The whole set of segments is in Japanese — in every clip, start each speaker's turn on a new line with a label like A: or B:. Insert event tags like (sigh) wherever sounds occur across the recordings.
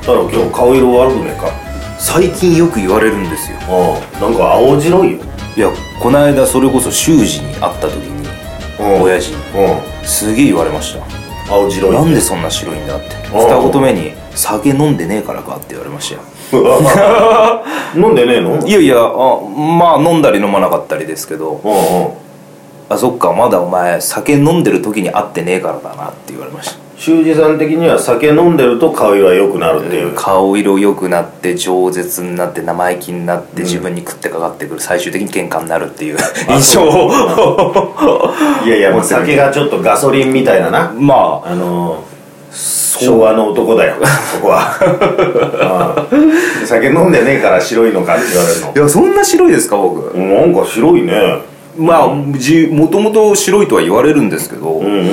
A: 太郎今日顔色悪くねえか
B: 最近よく言われるんですよ
A: うんなんか青白いよ
B: いやこの間それこそ修二に会った時に
A: うん
B: 親父に
A: う
B: すげえ言われました
A: ん青白い
B: なんでそんな白いんだって
A: ああ
B: 二言目に「酒飲んでねえからか」って言われましたよ
A: (laughs) 飲んでねえのうんうん
B: いやいやあまあ飲んだり飲まなかったりですけどあそっかまだお前酒飲んでる時に会ってねえからだなって言われました
A: 修二さん的には酒飲んでると顔色は良くなるっていう、
B: 顔色良くなって饒舌になって生意気になって自分に食ってかかってくる最終的に喧嘩になるっていう (laughs) 印象を
A: いやいやもう
B: 思ってる
A: 酒がちょっとガソリンみたいなな
B: まあ
A: あのー昭和の男 (laughs) だよそこはうんで酒飲んでねえから白いのかって言われるの
B: いやそんな白いですか僕
A: なんか白いね
B: まあじもともと白いとは言われるんですけど、
A: うんうんうん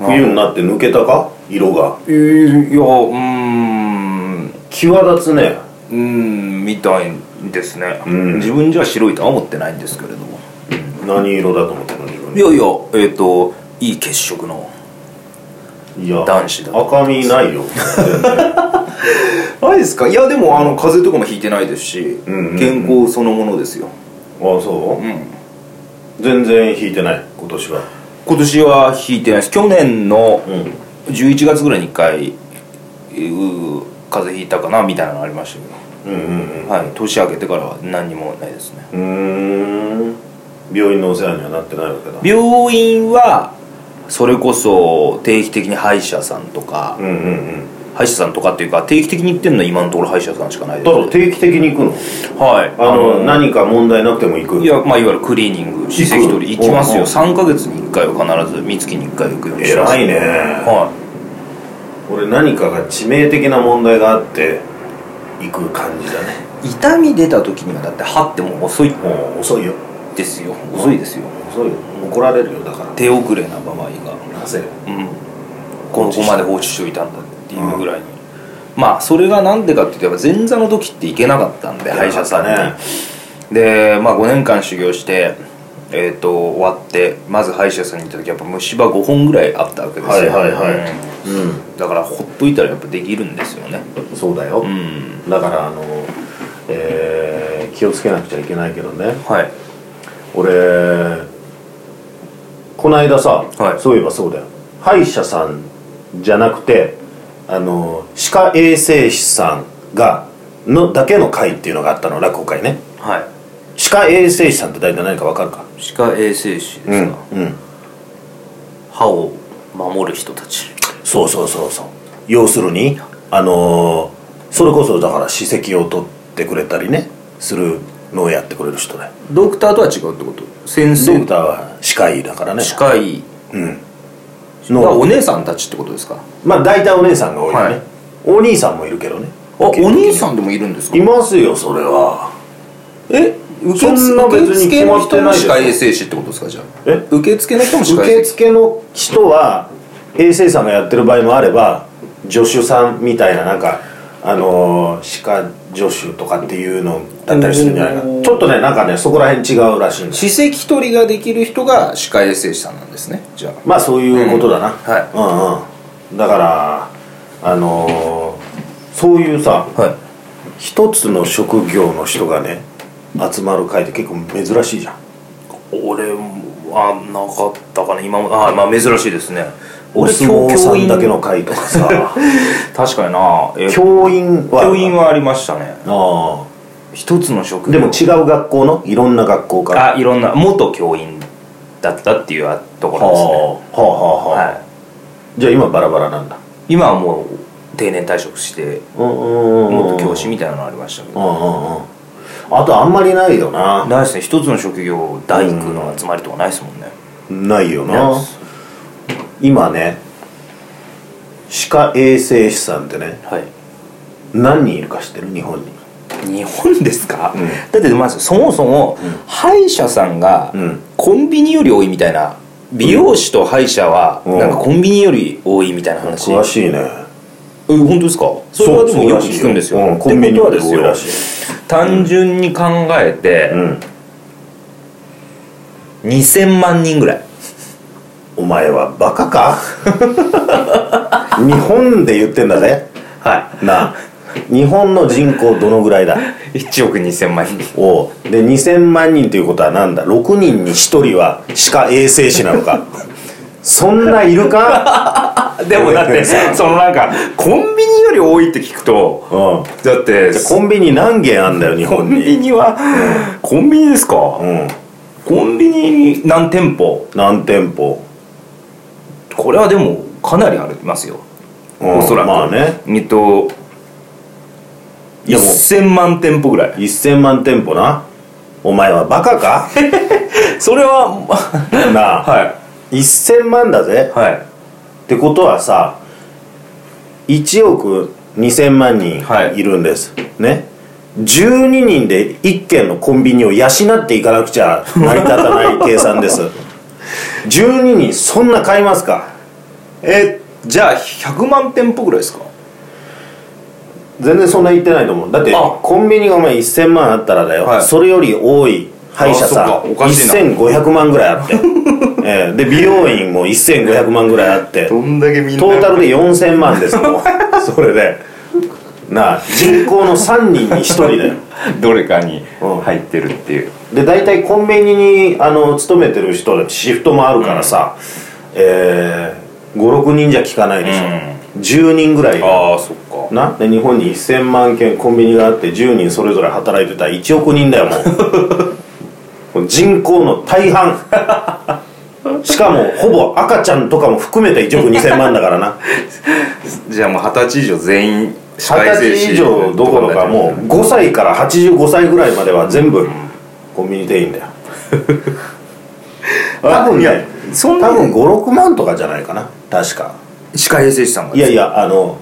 A: 冬になって抜けたか色が
B: えーいやうーん
A: 際立つね
B: うーんみたいですね、
A: うん
B: 自分じゃ白いとは思ってないんですけれども
A: 何色だと思ってるの自分
B: いやいやえっ、といい血色の
A: いや
B: 男子だと
A: 赤みない
B: (laughs)
A: よ
B: ないですかいやでもあの風邪とかもひいてないですし、
A: んうんうん
B: 健康そのものですよ
A: あそう、全然引いてない今年は
B: 今年は引いてないです去年の
A: うん
B: 11月ぐらいに1回うー風邪ひいたかなみたいなのありましたけ
A: うんうん
B: ど、はい、年明けてからは何にもないですね
A: うんうーん病院のお世話にはなってないわけだ
B: 病院はそれこそ定期的に歯医者さんとか
A: うんうんうん
B: 歯医者さんとかっていうか定期的に行ってんのは今のところ歯医者さんしかないで
A: だ
B: す
A: から定期的に行くの
B: はい
A: あの何か問題なくても行く
B: いやまあいわゆるクリーニング歯石取り
A: 行く
B: 行きます
A: うんう
B: よ
A: ん
B: 3ヶ月に1回は必ず三月に1回行くようにしてます
A: 偉いね
B: は
A: 俺何かが致命的な問題があって行く感じだね
B: い痛み出た時にはだって歯ってもう遅い
A: もう遅いよ
B: ですよ遅いですよ
A: 遅いよ怒られるよだから
B: 手遅れな場合が
A: なぜ
B: うんここまで放置しておいたんだっていうぐらいに、まあそれがなんでかって言えば前座の時って行けなかったんで歯医者さんに、
A: ね
B: でまあ5年間修行してえー、と終わってまず歯医者さんに行った時やっぱ虫歯5本ぐらいあったわけですよ
A: はいはいは
B: うん
A: いうん
B: だからほっといたらやっぱできるんですよね
A: そうだよ
B: うん
A: だからあのえー気をつけなくちゃいけないけどね
B: はい
A: 俺こないださ、
B: はい
A: そういえばそうだよ歯医者さんじゃなくてあの歯科衛生士さんがのだけの会っていうのがあったの落語会ね
B: は
A: 歯科衛生士さんって大体何か分かるか
B: い歯科衛生士ですか、
A: うん
B: 歯を守る人たち
A: そうそうそうそう要するにあのーそれこそだから歯石を取ってくれたりねするのをやってくれる人だよ
B: ドクターとは違うってこと先
A: ドク
B: 生
A: ターは歯科医だからね
B: 歯科医
A: うん
B: が
A: の
B: お姉さんたちってことですか
A: まあ大体お姉さんが多いよね、
B: はい
A: お兄さんもいるけどね
B: あお兄さんでもいるんですか
A: いますよそれは
B: え受付
A: そんな別に
B: 受付の人も
A: 決
B: 歯
A: まっ
B: 科
A: てない
B: 衛
A: です
B: 生士ってことですかじゃあ
A: え
B: 受付の人も歯科
A: 受
B: 衛生士
A: 付の人は衛生さんがやってる場合もあれば助手さんみたいななんかあのー歯科助手とかっていうのだったりするんじゃないか
B: おー
A: ちょっとねなんかねそこら辺違うらしいんです
B: 歯石取りができる人が歯科衛生士さんなんですねじゃ
A: まあそういうことだな、
B: うん
A: うんうんだからあのーそういうさ
B: あはい
A: 一つの職業の人がね集まる会って結構珍しいじゃん
B: 俺はなかったかな今もあまあ珍しいですね
A: お
B: 俺
A: 相撲さんだけの会とかさ
B: 確かになえ
A: 教員は
B: 教員はありましたね
A: あ
B: 一つの職
A: あ
B: 業
A: でも違う学校のいろんな学校から
B: あいろんな元教員だったっていうところですね
A: あはあはあはあ、
B: は
A: じゃあ今バラバラなんだ
B: い今はもう定年退職して
A: うんうんうん
B: 元教師みたいなのありましたけ
A: う
B: ど
A: んうんうんあとあんまりないよな
B: ないですね一つの職業大工の集まりとかないですもんね
A: ないよ
B: ない
A: な
B: です
A: 今ね歯科衛生士さんってね
B: はい
A: 何人いるか知ってる日本に
B: 日本ですか、
A: うん
B: だってまずそもそも歯医者さんが
A: うん
B: コンビニより多いみたいな美容師と歯医者は
A: うん
B: なんかコンビニより多いみたいな話、
A: 詳しいね
B: え本当ですかそれはでもよく聞くんですよ
A: うコンビニ
B: は
A: よ
B: で
A: り
B: す
A: 多い
B: よ
A: らし
B: 単純に考え
A: い、
B: て
A: うん、
B: 2000万人ぐらい
A: お前はバカか日本で言ってんだぜ
B: は
A: なあ日本の人口どのぐらいだ
B: い1億2000万人
A: おうで2000万人ということはなんだ6人に1人は歯科衛生士なのかそんないるか
B: でもだってそのなんかコンビニより多いって聞くと
A: うん
B: だって
A: じゃあコンビニ何軒あんだよ日
B: コ
A: 本
B: ンビ
A: に
B: ニは、コンビニですか、
A: うん
B: コンビニ何店舗
A: 何店舗
B: これはでもかなりありますよ、
A: うん
B: おそらく
A: まあね
B: えっと
A: いやもう
B: 1000万店舗ぐらい
A: 1000万店舗なお前はバカか
B: それは
A: なあ
B: は
A: 1000万だぜ
B: いはい
A: ってことはさ1億2000万人
B: はい
A: いるんです、ね12人で1軒のコンビニを養っていかなくちゃ成り立たない計算 (laughs) です12人そんな買いますか
B: えじゃあ100万店舗ぐらいですか
A: 全然そんな言ってないと思うだって
B: あ
A: コンビニがお前1000万あったらだよ、
B: はい
A: それより多い歯医者さん
B: あそっかおかしいな
A: 1500万ぐらい (laughs) あって、ええで美容院も1500万ぐらいあって
B: んだけみん
A: トータルで4000万ですもうそれでなあ人口の3人に1人だよ
B: どれかに
A: うん
B: 入ってるっていう、
A: で大体コンビニにあの勤めてる人でシフトもあるからさ、えー、56人じゃ効かないでしょ、10人ぐらい
B: ああそっか
A: なで日本に1000万件コンビニがあって10人それぞれ働いてたら1億人だよもうもう人口の大半しかもほぼ赤ちゃんとかも含めて1億2000万だからな
B: じゃあもう二十歳以上全員歯
A: 二十歳以上どころかもう5歳から85歳ぐらいまでは全部コンビニ店
B: (laughs)
A: 員だよ多分
B: いや
A: ね
B: そ
A: 多
B: んな
A: 分56万とかじゃないかな確か
B: 歯科衛生士さんが
A: いやいやあの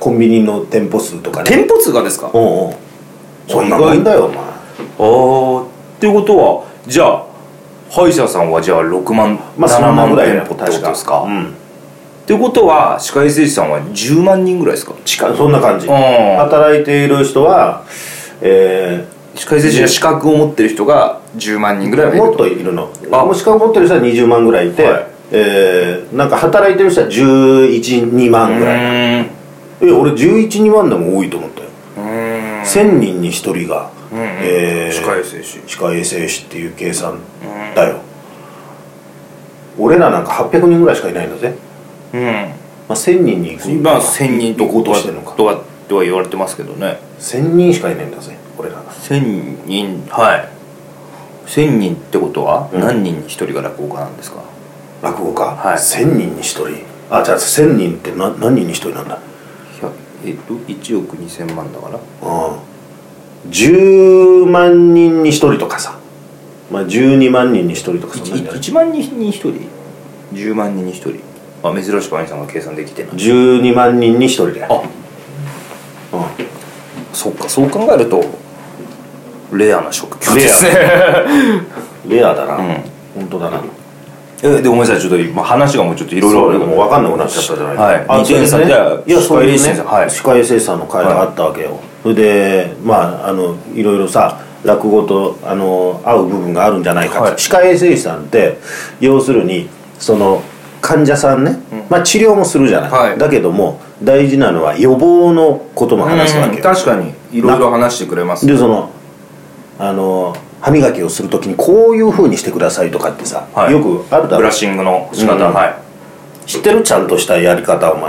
A: コンビニの店舗数とかね
B: 店舗数がですかあ
A: うんうんそんなもんだよお前
B: あってことはじゃあ歯医者さんはじゃあ6万、
A: まあ
B: 7
A: 3万
B: 万
A: ぐらい
B: 店
A: だ
B: 舗
A: よ
B: ってことですか、
A: う
B: っ
A: ん
B: てことは歯科衛生士さんは10万人ぐらいですか
A: 近いそんな感じ
B: うん
A: 働いている人はえー
B: 歯科衛生士の資格を持ってる人が10万人ぐらいはいる
A: もっといるの
B: あ
A: もしくは持ってる人は20万ぐらいいて、
B: はい
A: えーなんか働いてる人は112万ぐらいえ俺112万でも多いと思ったよ
B: うーん
A: 1000人に1人が、えー
B: 歯科衛生士
A: 歯科衛生士っていう計算だよ、俺らなんか800人ぐらいしかいないんだぜ、
B: うん
A: まあ、1000人に行く
B: 今1000人と
A: 行こうと
B: は
A: してるのか
B: とはとは言われてますけどね
A: 1000人しかいないんだぜ俺らが
B: 1000人はい1000人ってことは
A: うん
B: 何人に1人が落語家なんですか、
A: 落語家、
B: はい
A: 1000人に1人あじゃあ1000人ってな何人に1人なんだ
B: 100えっと1億2000万だから
A: うん10万人に1人とかさ、まあ、12万人に1人とかそんなんじゃない
B: 1, 万人に1人10万人に1人あ珍しく兄さんが計算できてない
A: 12万人に1人だよ
B: あ
A: う
B: そっかそう考えるとレアな職業
A: レ
B: で
A: ア
B: すね
A: んレアだな、
B: うん
A: 本当だな
B: えでごめんなさいちょっと今話がもうちょっといろいろ
A: そうでも分かんなくなっちゃったじゃない
B: はい二点差
A: で
B: じゃあ
A: いやそういう
B: 歯科衛生士
A: ね
B: さんはい
A: 歯科衛生士さんの会があったわけよ、それでまああのいろいろさ落語とあの合う部分があるんじゃないかって、
B: はい
A: 歯科衛生士さんって要するにその患者さんね、まあ、治療もするじゃない、
B: はい
A: だけども大事なのは予防のことも話すわけ
B: う
A: よ
B: ん確かにいろいろ話してくれます
A: でそのあの歯磨きをするときにこういうふうにしてくださいとかってさ、
B: はい
A: よくあるだろ
B: ブラッシングの仕方、
A: うん
B: はい
A: 知ってるちゃんとしたやり方お前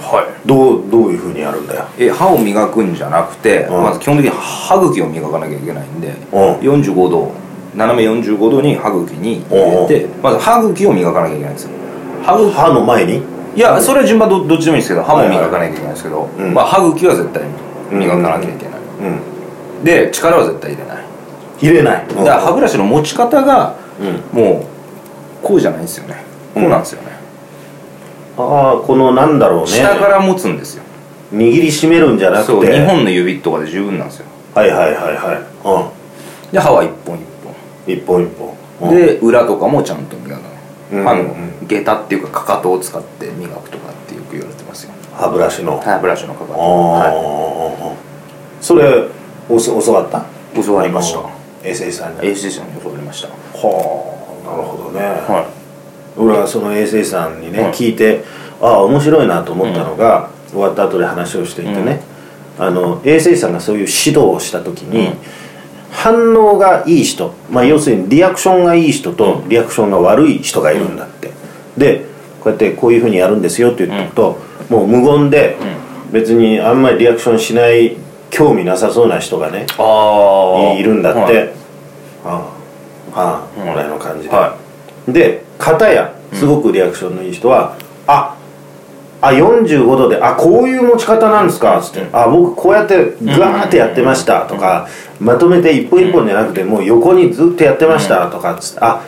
B: は
A: どうどういうふうにやるんだよ
B: いえ歯を磨くんじゃなくて、
A: うん
B: まず基本的に歯茎を磨かなきゃいけないんで、
A: うん
B: 45度斜め45度に歯茎に入れて、まず歯茎を磨かなきゃいけないんですよ歯茎
A: 歯の前に
B: いやそれは順番どどっちでもいいですけど歯も磨かなきゃいけないんですけど、
A: いうん
B: まあ、歯茎は絶対磨かなきゃいけない、
A: うん
B: で力は絶対入れない
A: 入れない
B: だから歯ブラシの持ち方が
A: うん
B: もうこうじゃないんですよねこうなんですよね、
A: ああこのなんだろうね
B: 下から持つんですよ
A: 握りしめるんじゃなくて
B: そう2本の指とかで十分なんですよ
A: はいはいはいは
B: で歯は一本一
A: いうん一本一本、
B: 本、
A: うん
B: で裏とかもちゃんと磨かない、
A: うん
B: 歯
A: う
B: の下駄っていうかかかとを使って磨くとかってよく言われてますよ
A: 歯ブラシの、
B: 歯ブラシのかかと
A: ああ、それおそ教わった
B: い教わりました
A: あの衛生士さんに
B: 衛生士さんに教わりました
A: はあなるほどね、
B: は
A: 俺はその衛生士さんにね、
B: はい
A: 聞いてああ面白いなと思ったのが、終わった後で話をしていてね、あの衛生士さんがそういう指導をした時に、
B: うん
A: 反応がいい人、まあ、要するにリアクションがいい人とリアクションが悪い人がいるんだって、でこうやってこういうふうにやるんですよって言ってくと、もう無言で、別にあんまりリアクションしない興味なさそうな人がね
B: ああ
A: いいるんだって、
B: はい
A: ああああ
B: うん
A: ぐらいの感じで、
B: は
A: で片やすごくリアクションのいい人は、ああ45度であこういう持ち方なんですかっつって、あ僕こうやってガーってやってましたとか、まとめて一本一本じゃなくてもう横にずっとやってましたとかっつって、あ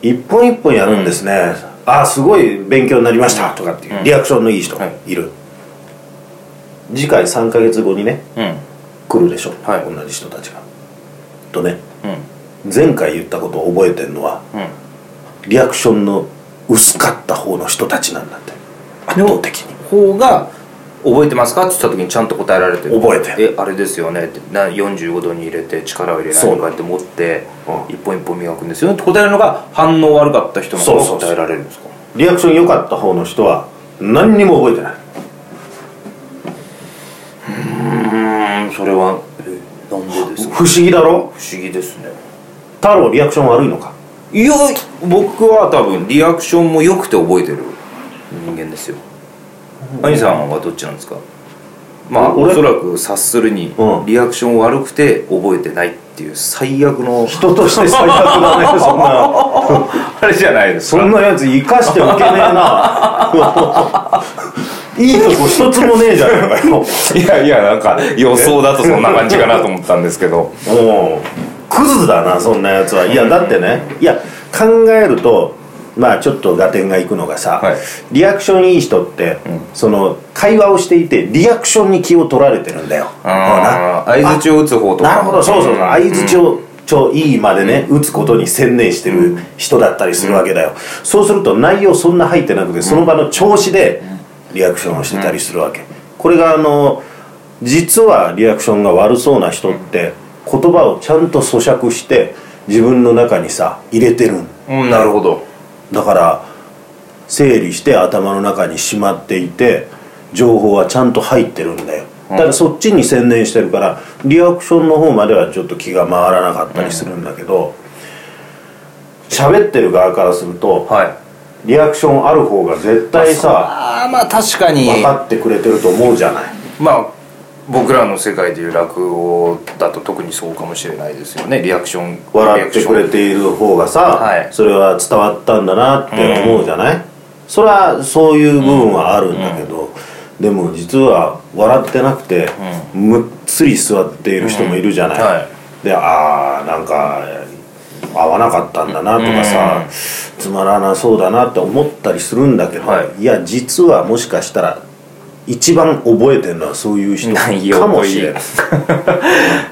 A: 一本一本やるんですね、あすごい勉強になりましたとかっていうリアクションのいい人いる、次回3ヶ月後にね
B: うん
A: 来るでしょ、
B: はい
A: 同じ人たちがとね
B: うん
A: 前回言ったことを覚えてるのは
B: うん
A: リアクションの薄かった方の人たちなんだって圧倒的に
B: 方が覚えてますかって言った時にちゃんと答えられて
A: 覚えて
B: えあれですよねってな45度に入れて力を入れない
A: そう
B: とかって持って
A: う
B: 一本一本磨くんですよねって答えるのが反応悪かった人の方が
A: そうそうそう
B: 答えられるんですか
A: リアクション良かった方の人は何にも覚えてないう
B: ーんそれはえなんでですか
A: 不思議だろ
B: 不思議ですね
A: 太郎リアクション悪いのか
B: いや僕は多分リアクションも良くて覚えてる人間ですよ兄さんはどっちなんですかまあ
A: 俺
B: おそらく察するに
A: うん
B: リアクション悪くて覚えてないっていう最悪の
A: 人として最悪だ
B: (laughs)
A: ねそんな
B: あれじゃないです
A: そんなやつ生かしておけねえ
B: (laughs)
A: ないいとこ一つもねえじゃねえかよ
B: いやいやなんか予想だとそんな感じかなと思ったんですけど
A: もうクズだなそんなやつはいやだってねいや考えるとまあちょっと合点がいくのがさ、
B: はい
A: リアクションいい人って、その会話をしていてリアクションに気を取られてるんだよ
B: (laughs) ああ相づちを打つ方とか
A: なるほどそうそうそう相
B: ち
A: づちをちょいいまでね、打つことに専念してる人だったりするわけだよ、そうすると内容そんな入ってなくてその場の調子でリアクションをしてたりするわけ、これがあの実はリアクションが悪そうな人って言葉をちゃんと咀嚼して自分の中にさ入れてるん
B: うんなるほど
A: だから整理して頭の中にしまっていて情報はちゃんと入ってるんだよただそっちに専念してるからリアクションの方まではちょっと気が回らなかったりするんだけど喋ってる側からすると
B: はい
A: リアクションある方が絶対さ
B: ああまあ確かに
A: 分かってくれてると思うじゃない
B: まあ僕らの世界でいう落語だと特にそうかもしれないですよねリアクション
A: 笑ってくれている方がさ、
B: はい
A: それは伝わったんだなって思うじゃない、それはそういう部分はあるんだけど、でも実は笑ってなくて、むっつり座っている人もいるじゃない、
B: うんはい
A: でああんか合わなかったんだなとかさ、つまらなそうだなって思ったりするんだけど、、
B: はい
A: や実はもしかしたら一番覚えてるのはそういう人
B: 内容
A: かもしれない。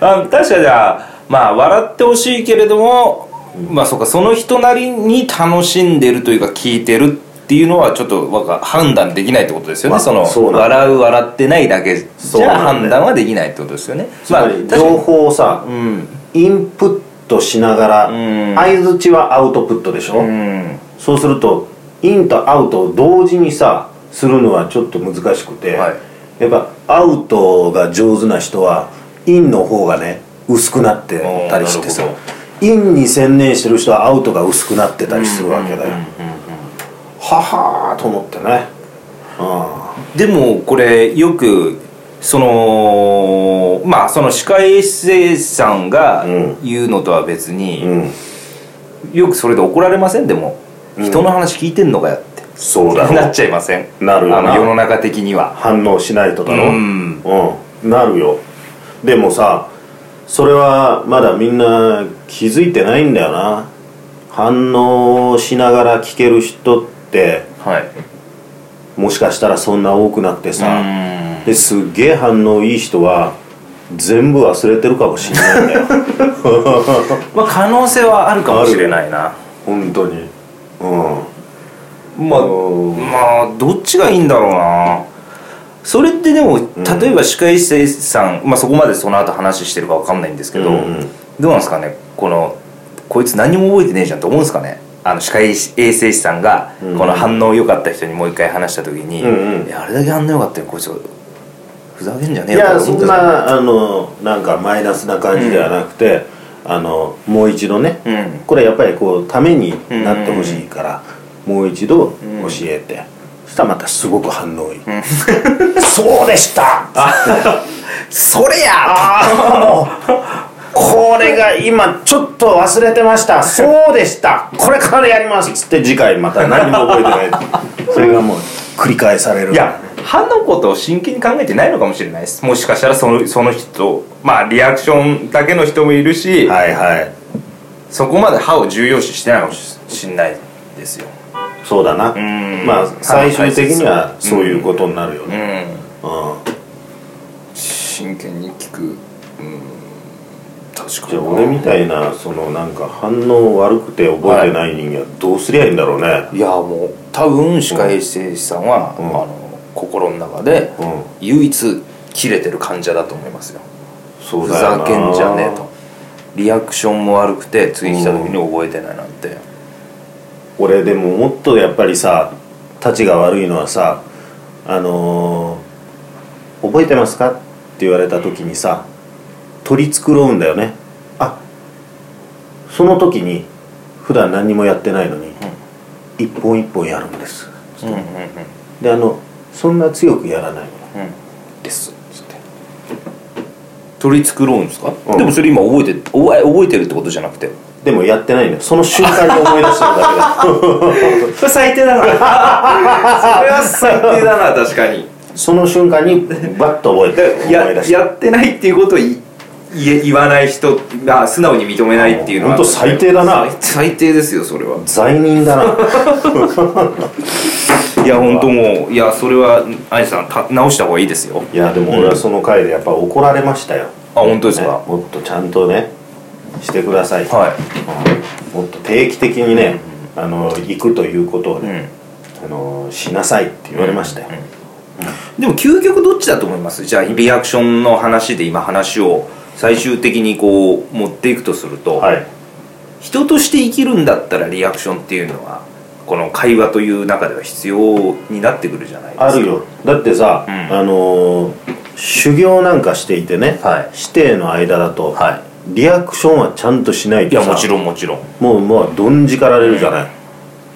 B: あ確かじゃあまあ笑ってほしいけれども、まあそうかその人なりに楽しんでるというか聞いてるっていうのはちょっとわか判断できないってことですよね、
A: まあ
B: その
A: そうなんだ
B: 笑う笑ってないだけ
A: そう
B: じ
A: なん
B: ゃ
A: だよ
B: 判断はできないってことですよね
A: つまり
B: あ確か
A: 情
B: に
A: 報をさ、
B: ん
A: インプットしながら
B: ん
A: 相づちはアウトプットでしょ、
B: うん
A: そうするとインとアウトを同時にさするのはちょっと難しくて、
B: はい
A: やっぱアウトが上手な人はインの方がね薄くなってたりしてさ
B: あーなるほ
A: インに専念してる人はアウトが薄くなってたりするわけだよ、ははーと思ってねあ
B: でもこれよくそのまあその歯科衛生士さんが
A: うん
B: 言うのとは別に、
A: ーうん
B: よくそれで怒られませんでも、人の話聞いてんのかよって
A: そうだろう
B: なっちゃいません
A: なるよな
B: あの世の中的には
A: 反応しないとだろ
B: うん
A: うんなるよでもさそれはまだみんな気づいてないんだよな反応しながら聞ける人って
B: はい
A: もしかしたらそんな多くなくてさ、ですっげえ反応いい人は全部忘れてるかもしれないんだよ
B: (laughs) まあ可能性はあるかもしれないな
A: 本当にうん
B: まあ
A: うん
B: まあどっちがいいんだろうなそれってでも例えば歯科医師さん、まあ、そこまでその後話してるかわかんないんですけど、
A: うんうん
B: どうなんですかねこのこいつ何も覚えてねえじゃんと思うんですかねあの歯科衛生士さんがこの反応良かった人にもう一回話した時に、
A: うんうん
B: いやあれだけ反応良かったよこいつふざけんじゃね
A: い
B: えよ
A: や
B: と
A: そ
B: 思っ
A: ん
B: てた
A: なあのなんかマイナスな感じではなくて、あのもう一度ね、
B: うん
A: これやっぱりこうためになってほしいから、もう一度教えて、そしたらまたすごく反応いい、 (laughs) そうでしたそれやもうこれが今ちょっと忘れてましたそうでしたこれからやりますつって次回また何も覚えて (laughs) ないそれがもう繰り返される
B: いや歯のことを真剣に考えてないのかもしれないですもしかしたらそのその人まあリアクションだけの人もいるし、
A: はいはい
B: そこまで歯を重要視してないかもしれないですよ
A: そうだな
B: うん
A: まあ最終的にはそういうことになるよ
B: う
A: ね、
B: ん
A: うん
B: 真剣に聞くうん確か
A: じゃあ俺みたいなそのなんか反応悪くて覚えてない人間はどうすりゃいいんだろうね、
B: いやもう多分歯科衛生士さんは、
A: うん
B: あの心の中で
A: うん
B: 唯一切れてる患者だと思いますよ
A: そ
B: ふ
A: うだよな
B: ざけんじゃねえとリアクションも悪くて次来た時に覚えてないなんて、
A: 俺でももっとやっぱりさたちが悪いのはさあのー覚えてますか?」って言われた時にさ取り繕うんだよねあその時に普段何にもやってないのに、一本一本やるんです
B: うんうんうん
A: であのそんな強くやらない
B: うんですつって取り繕うんですか、
A: うん
B: でもそれ今覚えて覚え覚えてるってことじゃなくて
A: でもやってないのよその瞬間に思い出してるだけだ
B: それ最 (laughs) 低だなそれは最低だな確かに
A: その瞬間にバッと覚えて (laughs) 思い
B: や
A: 出して
B: やってないっていうことをい言え言わない人が素直に認めないっていうのは
A: ほんと最低だな
B: 最最低ですよそれは
A: 罪人だない
B: や本当もういやそれはアイさんた直した方がいいですよ
A: いやでも俺はその回でやっぱ怒られましたよ、
B: あ本当です
A: ね
B: か、
A: もっとちゃんとねしてください、
B: はい
A: うんもっと定期的にね、あの行くということを
B: う
A: ね、
B: ん
A: あのしなさいって言われましたよ、
B: でも究極どっちだと思いますじゃあリアクションの話で今話を最終的にこう持っていくとすると、
A: はい
B: 人として生きるんだったらリアクションっていうのはこの会話という中では必要になってくるじゃないですか
A: あるよだってさ、
B: うん
A: あのー修行なんかしていてね、
B: はい
A: 師弟の間だと、
B: は
A: リアクションはちゃんとしない
B: い
A: と
B: や
A: さ
B: もちろんもちろん
A: もうまあどんじかられるじゃない、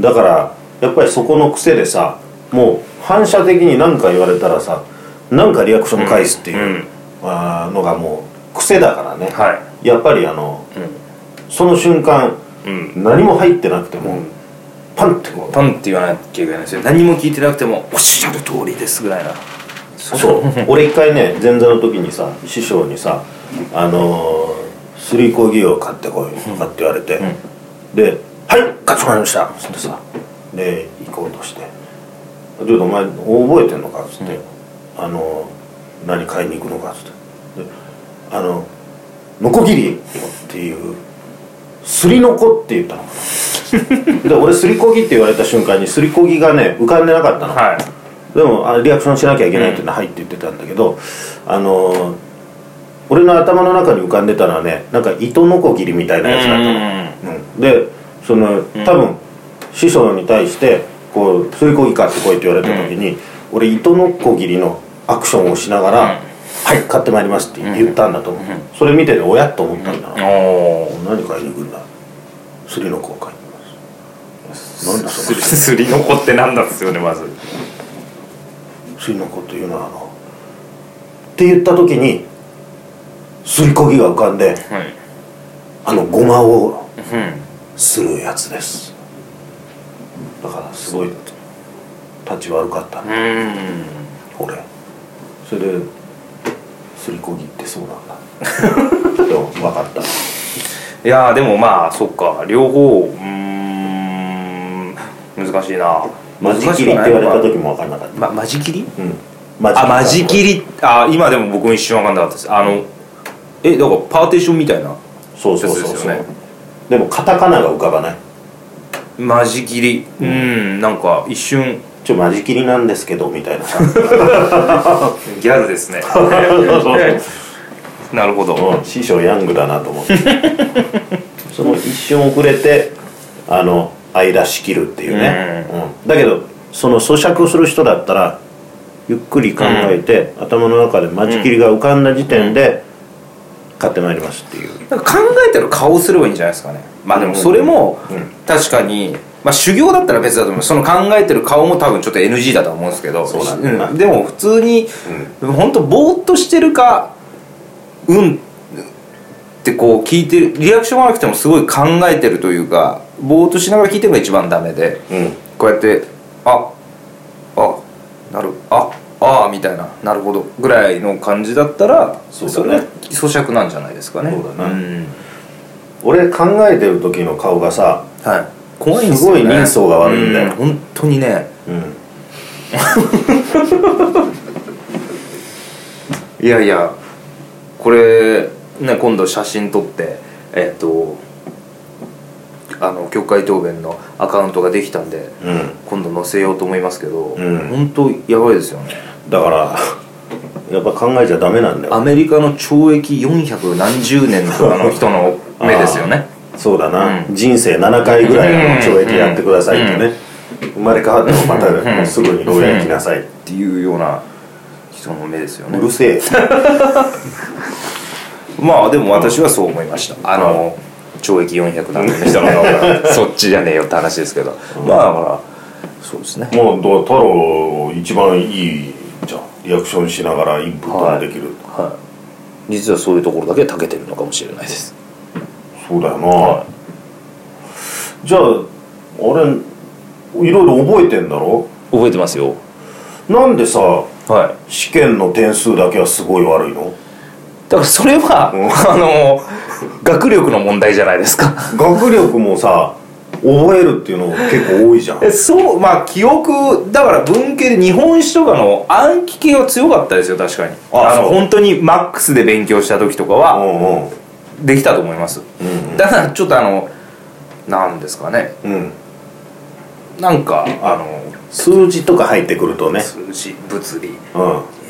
A: だからやっぱりそこの癖でさもう反射的に何か言われたらさ何かリアクション返すっていう、
B: うん
A: あーのがもう癖だからね、
B: は
A: やっぱりあの、その瞬間、
B: うん
A: 何も入ってなくても、パンってこ
B: パンって言わなきゃいけないんですよ何も聞いてなくてもおっしゃる通りですぐらいな
A: うそう俺一回ね前座の時にさ師匠にさ「あのー、すりこぎを買ってこい」とかって言われて、で「はいかしこまりました」っつってさで行こうとして「ちょっとお前覚えてんのか」っつって「あの何買いに行くのか」っつってで「あのノコギリ」っていう「すりのこ」って言ったので俺すりこぎって言われた瞬間にすりこぎがね浮かんでなかったの、
B: はい
A: でもあリアクションしなきゃいけないっていうのは「はい」って言ってたんだけどあのー俺の頭の中に浮かんでたのはねなんか糸のこぎりみたいなやつだったのうんでその多分、師匠に対してこう「そういうこぎ買ってこい」って言われた時に、俺糸のこぎりのアクションをしながら「はい買ってまいります」って言ったんだと思う、それ見てておやっと思ったんだな、
B: お
A: 何買いに行くんだすりのこを買いに行きますなんだそ
B: す
A: の
B: りすりのこってなんだっすよねまず
A: すりのこっていうのはあのって言った時にすりこぎが浮かんで
B: はい
A: あのごまを
B: うん
A: するやつですだからすごい立ち悪かったね俺それですりこぎってそうなん
B: (laughs)
A: だでも分かった
B: いやーでもまあそっか両方うーん難しいな
A: 間仕切りって言われた時も分かんなかった
B: ま間仕切り
A: うん
B: あ間仕
A: ジ
B: 切りあ今でも僕も一瞬分かんなかったですあのえだからパーテーションみたいな
A: そうそうそう
B: で
A: そう
B: す
A: で,、
B: よね
A: もカタカナが浮かばない
B: 間仕切りうんなんか一瞬
A: ちょ間仕切りなんですけどみたいなさ、
B: ギャルです
A: (laughs)
B: ね (laughs) なるほど
A: うん師匠ヤングだなと思って (laughs) その一瞬遅れてあの間仕切るっていうね、うんだけどその咀嚼する人だったらゆっくり考えて、頭の中で間仕切りが浮かんだ時点で、買ってまいりますっていう
B: なんか考えてる顔をすればいいんじゃないですかねまあでもそれも確かに、まあ、修行だったら別だと思いますその考えてる顔も多分ちょっと NG だと思うんですけど
A: そうだね
B: んでも普通に、本当ぼーっとしてるかうんってこう聞いてるリアクションがなくてもすごい考えてるというかぼーっとしながら聞いてるのが一番ダメで
A: うん
B: こうやってああなるあああみたいななるほどぐらいの感じだったら
A: そうだね
B: れが咀嚼なんじゃないですかね
A: そうだなん俺考えてる時の顔がさ
B: はい怖いんですよ、ね、
A: すごい人相が悪いんだよ
B: う本当にね
A: うん
B: いやいやこれね今度写真撮ってえっ、とあの教会答弁のアカウントができたんで
A: うん
B: 今度載せようと思いますけど、
A: うん
B: 本当やばいですよね
A: だから (laughs) やっぱ考えちゃダメなんだよ
B: アメリカの懲役400何十年とかの人の目ですよね
A: そうだな、
B: う
A: 人生7回ぐらいの懲役やってくださいってね、生まれ変わってもまた
B: んうん
A: すぐに牢屋行きなさい、
B: っていうような人の目ですよ
A: う
B: ね
A: るせえ
B: まあでも私はそう思いました、あの懲役400何年の人の方がそっちじゃねえよって話ですけど、まあほらそうですね
A: もうどう太郎一番いいじゃんリアクションしながらインプットもできる、
B: はい実はそういうところだけ長けてるのかもしれないです
A: そうだよな、じゃああれいろいろ覚えてんだろ
B: 覚えてますよ
A: なんでさ
B: はい
A: 試験の点数だけはすごい悪いの
B: だからそれは、あの学力の問題じゃないですか
A: 学力もさ覚えるっていうの結構多いじ (laughs) ゃん
B: えそうまあ記憶だから文系で日本史とかの暗記系は強かったですよ確かに
A: あ
B: あの
A: そう
B: 本当にマックスで勉強した時とかは
A: うん
B: できたと思います、だからちょっとあのなんですかね
A: うんうん
B: なんかあの
A: 数字とか入ってくるとね
B: 数字物理、
A: うん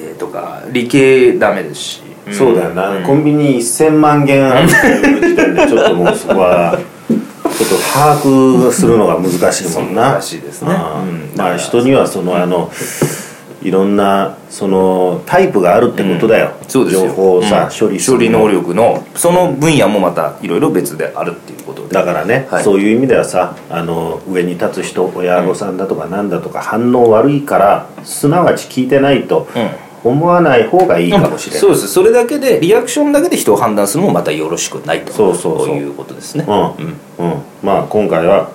B: えーとか理系ダメですし、
A: そうだよな、コンビニ1000万件あるっていう時点でちょっともうそこはちょっと把握するのが難しいもんな
B: 難しいですね
A: うん
B: うん
A: まあ人にはそのあのいろんなそのタイプがあるってことだよ、
B: そうです
A: 情
B: よ
A: 報をさ、
B: うん
A: 処理する
B: 処理能力のその分野もまたいろいろ別であるっていうことで
A: だからね、
B: はい
A: そういう意味ではさあの上に立つ人親御さんだとかなんだとか反応悪いからすなわち聞いてないと思わない方がいいかもしれない、
B: そうですそれだけでリアクションだけで人を判断するのもまたよろしくないと
A: そうそうそう
B: いうことですね
A: うん、うん、まあ今回は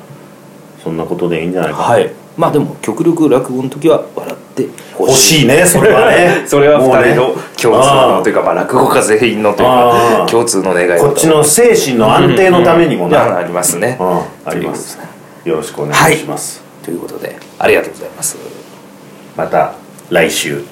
A: そんなことでいいんじゃないか
B: はいまあでも極力落語の時は笑ってほ
A: 欲しいね (laughs) それはね
B: (laughs) それは
A: もう
B: 二
A: ね
B: 人の共通のというか、まあ、落語家全員のという
A: あ
B: か
A: ー
B: 共通の願いだと
A: こっちの精神の安定のためにも
B: うんうん
A: な、
B: ありますね
A: うんありますよろしくお願いします、
B: ということでありがとうございます
A: また来週